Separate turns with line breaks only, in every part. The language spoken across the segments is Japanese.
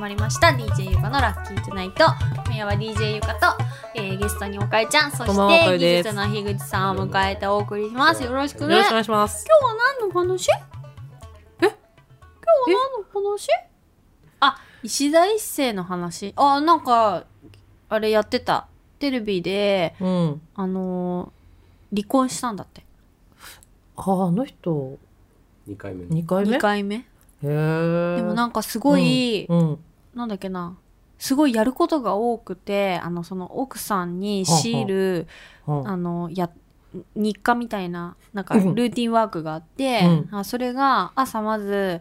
まりました DJ ゆかのラッキートゥナイト今夜は DJ ゆかと、えーゲストにおかえちゃんそ
こんばんはお
し
か
て
えで
技
す
術の樋口さんを迎えてお送りしますよろしくね
よろしくお
今
願いします。
日は何の話
え
今日は何の話あ石田一生の話あなんかあれやってたテレビで
うん。
あのー離婚したんだって
ああ、あの人、
二回目
2回目
2回目
へえ。
で
で
も
んか、
なんかすごい、
うん。
なんだっけなすごいやることが多くてあのその奥さんに強いる
うん
あのや日課みたいななんかル
うん
ーティンワークがあって、
う
あそれが朝まず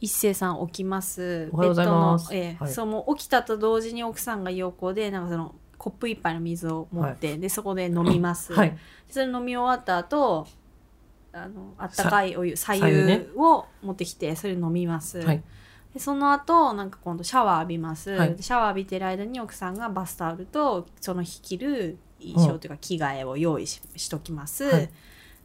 一斉さん起きます
おはようございます
ベッドのええ
はい
そうもう起きたと同時に奥さんが横でなんかそのコップ一杯の水を持って、でそこで飲みます、
はい。
それ飲み終わった後あのあったかいお湯白
白湯ね
湯を持ってきてそれ飲みます、
はい
でその後なんか今度シャワー浴びます、
はい
シャワー浴びてる間に奥さんがバスタオルとその日着る衣装というか着替えを用意ししときます、
はい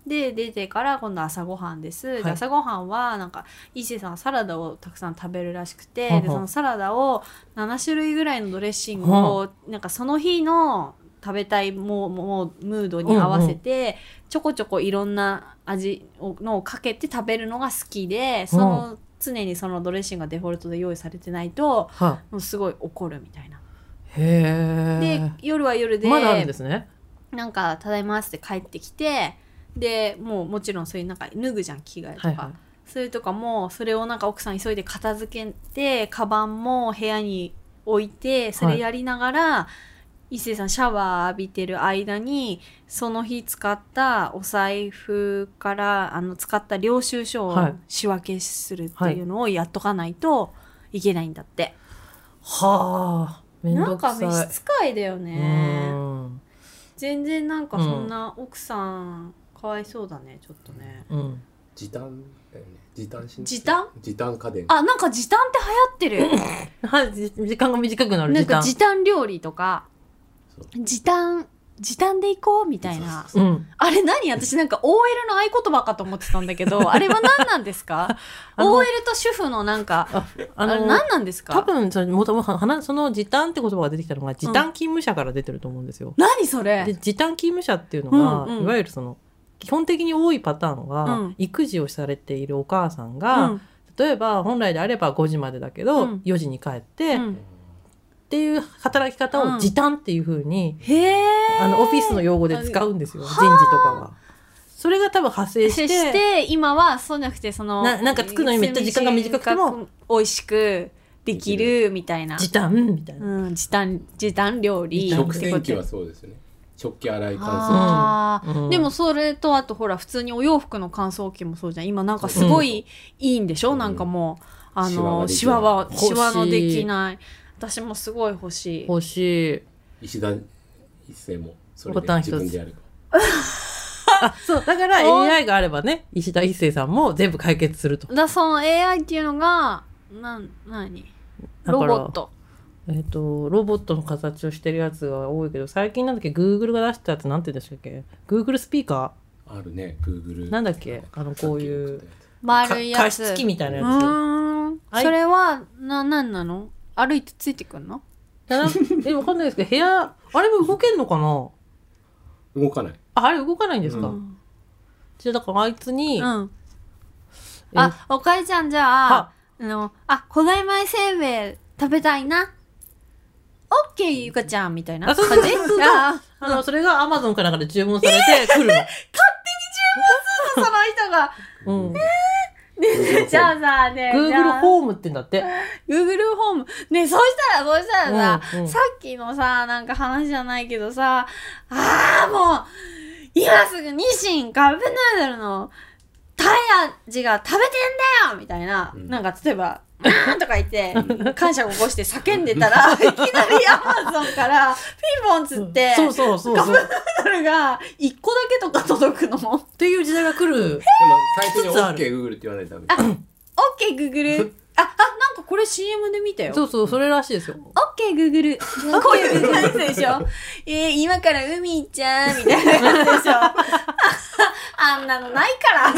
で出てから今度朝ごはんです、で
はい
朝ごはんはなんか伊勢さんはサラダをたくさん食べるらしくて、
ほうほ
で
う
そのサラダを7種類ぐらいのドレッシングをなんかその日の食べたいもうもうムードに合わせて、ちょこちょこいろんな味をのをかけて食べるのが好きでその、常にそのドレッシングがデフォルトで用意されてないと
は
もうすごい怒るみたいな。
い。へ
で
え。
夜は夜で、
まだあるんですね。
なんか「ただいま」って帰ってきてでもうもちろんそういうなんか脱ぐじゃん着替えとか、
はいは
それとかもそれをなんか奥さん急いで片付けてカバンも部屋に置いてそれやりながら、伊勢さんシャワー浴びてる間にその日使ったお財布からあの使った領収書を
はい
仕分けするっていうのをやっとかないといけないんだって、
い。はあ。めん
な
ど
ん
くさ
か
い。
召使いだよ
う
ね。
ーん。
全然なんかそんな奥さんかわいそうだねちょっとね
うん。
時短だよね時短しない
時短
時短家電
あなんか時短って流行ってる
はい、じ時間が短くなる
なん
時
か
間。
時短料理とか
そう
時短時短で行こうみたいな
そう
うん。
あれ何私なんか OL の合言葉かと思ってたんだけ どあれは何なんですか
あの
OL と主婦のなんかあ
あの
れ何なんですか
多分それもともと話その時短って言葉が出てきたのが時短勤務者から出てると思うんですよ。
何そ
で
れ
時短勤務者っていうのが、
うんうん
いわゆるその基本的に多いパターンは、
うん
育児をされているお母さん
う
が、
ん
例えば本来であれば5時までだけど、
うん
4時に帰って、
う
っ
ん
ていう働き方
うん
を時短っていうふうに、
へえ
あのオフィスの用語で使うんですよ
は
人
あ
事とかは。それが多分発生して
接して今はそうじゃなくてその
ななんか作るのにめっちゃ時間が短くても
美味しくできるみたいな
時短みたいな。
うん、時短時短料理
時短
食洗機は
って
そうですね食器洗い乾燥
あー、
うん
でもそれとあとほら普通にお洋服の乾燥機もそうじゃん今なんかすごいいいんでしょ、
うん
なんかもうあのシ
シ
ワ
ワ
は
が
できない
シワのできない私もすごい欲しい
欲しい。
石田一斉もそれ
ボ
で
タン一つ
自分でやれば
あ、そう。だから
お
AI があればね、石田一生さんも全部解決すると。
だからその AI っていうのがなん何
だ
ロ
から
ボット
えっ、と、ロボットの形をしてるやつが多いけど、最近なんだっけ、Google が出したやつなんて言うんでしたっけ ?Google スピーカ
あるね Google
なんだっけあのこういう
さっきの買っ
ー
たや
丸いや
加
つ
湿器みたいな
う
や
ーん
はい
それはな何なの歩いてついてくんの
つ。だなえ、わかんないですけど、部屋、あれも動けんのかな
つ動かない
あ、あれ動かないんです
う
か、
ん、
じゃあだからあいつに、
うん、
え
あおかえちゃんじゃあ
は
あの、あ、古代米せんべい食べたいな。オッケー、ゆかちゃん、みたいな
あ、
感
そう
じ。
そうそうそう
あ
あの、それが Amazon かなんかで注文されて来るの。
その人が。
うん。
Google
じゃあさ、ね、じ
Google
ゃあ
ホームって言うんだって。
Google ホーム。ね、そうしたら、そうしたらさ、
うんうん
さっきのさ、なんか話じゃないけどさ、あーもう、今すぐニシンカップヌードルのタイ味が食べてんだよみたいな、
うん
なんか例えば、うーんとか言って
う、
感謝を起こして叫んでた ら、いきなり Amazon からピンポンつって、
そうそうそうそう。っ
それが1個だけとか届くのも
ていう時代が来る。
でも最初に
一つある
OKGoogle って言わないとダメ
OK Google ああなんかこれ CM で見たよ
そうそう、それらしいですよ。
OK Google こういう感じで しょえー、今から海行っちゃうみたいな感じでしょああんなのないから。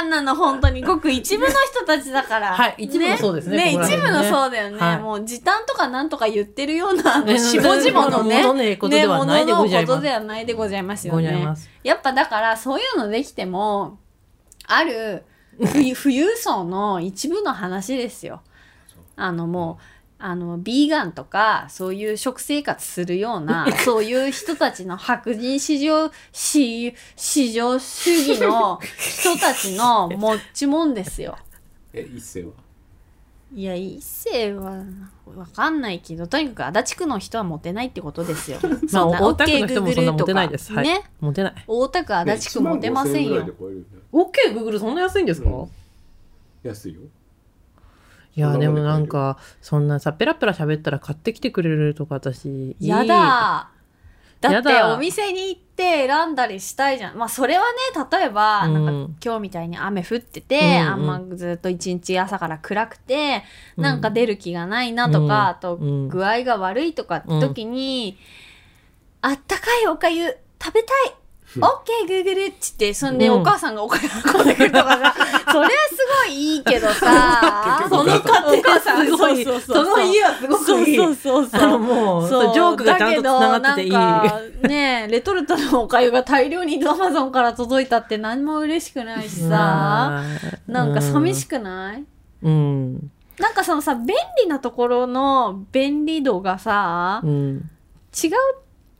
あんなの本当にごく一部の人たちだから。
はい一部のそうですね
ね
ここら
一
辺
部
ね
のそうだよね。
はい
もう時短とかなんとか言ってるような、あの、
ね
しぼじぼのね。
ものねことではないでござ
ねも
います
ののことではないでございますよ
ござい
ね
ま。す。
やっぱだから、そういうのできても、ある、 富富裕層の一部の話ですよ。あのもうあのビーガンとかそういう食生活するよう なそういう人たちの白人至上し至上主義の人たちの持ちもんですよ。
え、一世はい
や一世はわかんないけどとにかく足立区の人はモテないってことですよ。
まあ
そんな
大田区の人も
OK
そんなモ
Google
テないです。
とか
はい
ね。
モテない。
大田区足立区モテません
1万5000円ぐらいで
よ。
超えるよね
OK グーグルそんな安いんですか？
うん安いよ。
いやでもなんかそんなさペラペラ喋ったら買ってきてくれるとか私いい
やだだ
や
って
だ
お店に行って選んだりしたいじゃんまあそれはね例えば、
うん
なんか今日みたいに雨降ってて、
うん
あんまずっと一日朝から暗くて、
うん
なんか出る気がないなとか、
うん
あと
うん
具合が悪いとかって時に、あったかいおかゆ食べたい
うん
オッケーグーグルっつってそんで
うん
お母さんがお金運んでくるとか さそれはすごいいいけど さ
結局お母さん
お母さん
すごい
そうそう
その家はすごくいい
そうそうそうそう
あのもうそうジョークがちゃんとつながってていい
だけどなんかね レトルトのおかゆが大量にアマゾンから届いたって何も嬉しくないしさ、なんか寂しく
く
ない、
うん
なんかそのさ便利なところの便利度がさ、
うん
違う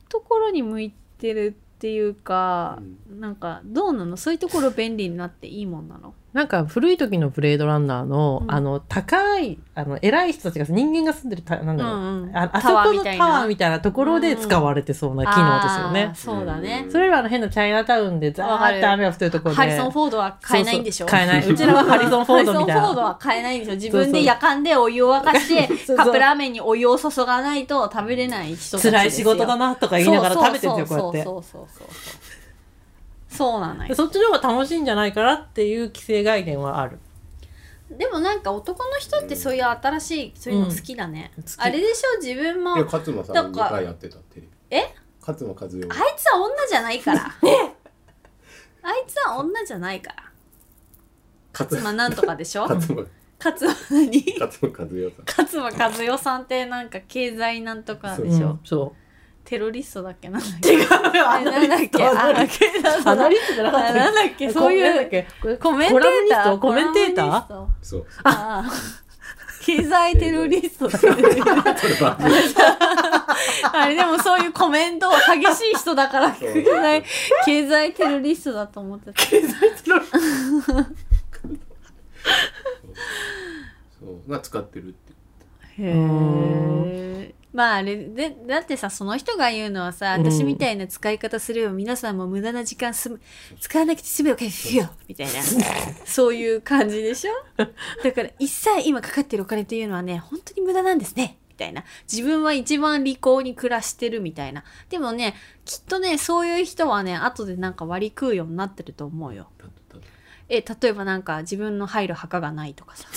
ところに向いてるっていうか、なんかどうなのそういうところ便利になっていいもんなの
なんか古い時のブレードランナーの、
うん
あの高いあの偉い人たちが人間が住んでるたなんだろう、
うんうん
ああそ
タワー
こ
み
の
たい
タ
な
ワーみたいなところで使われてそうな機能ですよ
あ
ね
ー。そうだね
うん
それらの変なチャイナタウンでザ
わか
ーっ
る
て雨が降ってるところで。
ハリソン・フォードは買えないんでしょ
そうそう買えないうちらはハリソンフォードみた
ハ
いな
リソン・フォードは買えないんでしょ自
そう
分で夜間でお湯を沸かして
そう
カップラーメンにお湯を注がないと食べれない人たちですよ
辛い仕事だなとか言いながら食べてるんですよこうやって
そうそうそうそうそうそうそうなの
で
よ
そっちの方が楽しいんじゃないかなっていう規制概念はある
でもなんか男の人ってそういう新しいそういうの好きだね、
うん好き
あれでしょ自分も
いや、勝間さん
だ
も
から
2回やってたテレビ。
え
勝間和
あ
代
いつは女じゃない からあいつは女じゃないから勝間なんとかでしょ
勝間、
勝間何
勝間和代さん。
勝間和代さんってなんか経済なんとかでしょ、
うんそ
テロリストだっけなんだっ
う
け
違うアナ
な
リ
んだっ
ス
け
トアナ
あ
リストアナリストじゃなか
あ
った
な
っ
んだっけ
け
そう
こないんだっ
う
けこれ
コメンテーター
コラムニストコメンテーター
コラムニスト
そう。
ああ経済テロリストだね
それは、
あれでもそういうコメントを激しい人だから
そう
経済経済テロリストだと思ってた
そう。が使ってるって。
へえまああれでだってさその人が言うのはさ
うん
私みたいな使い方するよ、皆さんも無駄な時間すむ使わなくて済むよ返すよみたいなそういう感じでし ょだから一切今かかってるお金というのはね本当に無駄なんですねみたいな自分は一番利口に暮らしてるみたいなでもねきっとねそういう人はね後でなんか割り食うようになってると思うよ
だっただった
え例えばなんか自分の入る墓がないと かさ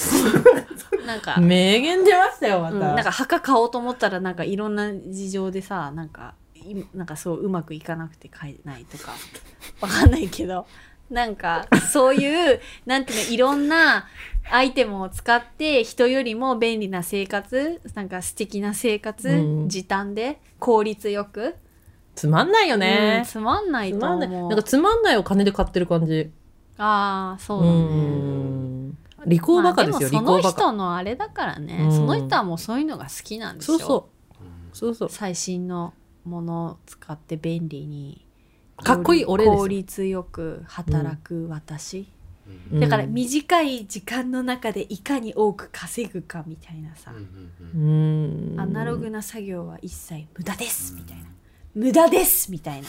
なんか
名言出ましたよま
う
た、
ん、なんか墓買おうと思ったらなんかいろんな事情でさなんかいなんかそううまくいかなくて買えないとか わかんないけどなんかそういう なんていうのいろんなアイテムを使って人よりも便利な生活なんか素敵な生活、
うん
時短で効率よく、
つまんないよ
うん
ね、
つまんないと
つまんない
思う
な
ん
かつまんないお金で買ってる感じ
ああそう
う
だね、
ん利口バカですよ、
まあ
利
もその
口バカ
人のあれだからね、
うん
その人はもうそういうのが好きなんでしょ
そうそう
うん
そうそう
最新のものを使って便利に
かっこいい俺ですよ
効率よく働く私、
うん
だから
うん
短い時間の中でいかに多く稼ぐかみたいなさ、
うんうんう
うんん
アナログな作業は一切無駄ですみたいな、無駄ですみたいな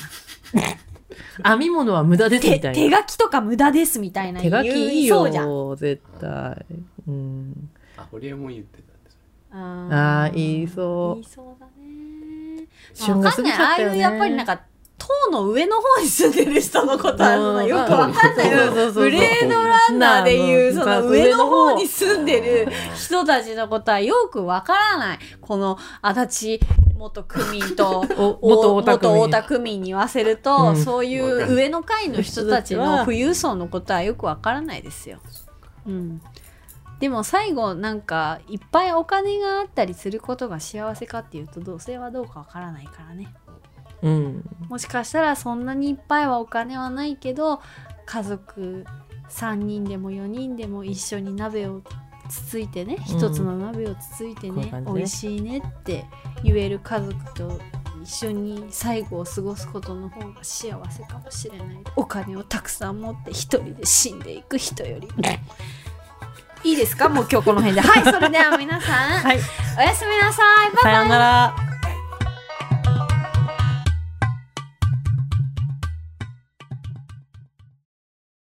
編み物は無駄です
手
みたいな
手書きとか無駄ですみたいな
手書きいい
そうじゃん
よ絶対、うん、
あ、ホリエモン言ってたんです
あ
あー言いそう
言いそうだね
旬が過ぎちゃったよね
わかんないああいうやっぱりなんか塔の上の方に住んでる人のことはそのよくわかんない
うん
そうそうそう
ブレードランナーでいうその上の方に住んでる人たちのことはよくわからないこの足立元区民と
お
元
元オタクに
元太区民に言わせると、
うん
そういう上の階の人たち
人たち
の
は
富裕層のことはよくわからないですよ。うん、でも最後なんかいっぱいお金があったりすることが幸せかっていうとどうそれはどうかわからないからね。
うん
もしかしたらそんなにいっぱいはお金はないけど家族3人でも4人でも一緒に鍋をつついてね
うん
一つの鍋をつついて
こういう
ね、
感じね
美味しいねって言える家族と一緒に最後を過ごすことの方が幸せかもしれないお金をたくさん持って一人で死んでいく人よりも。いいですかもう今日この辺で。はい、それでは皆さん、
はい
おやすみなさい。バイバイ
さようなら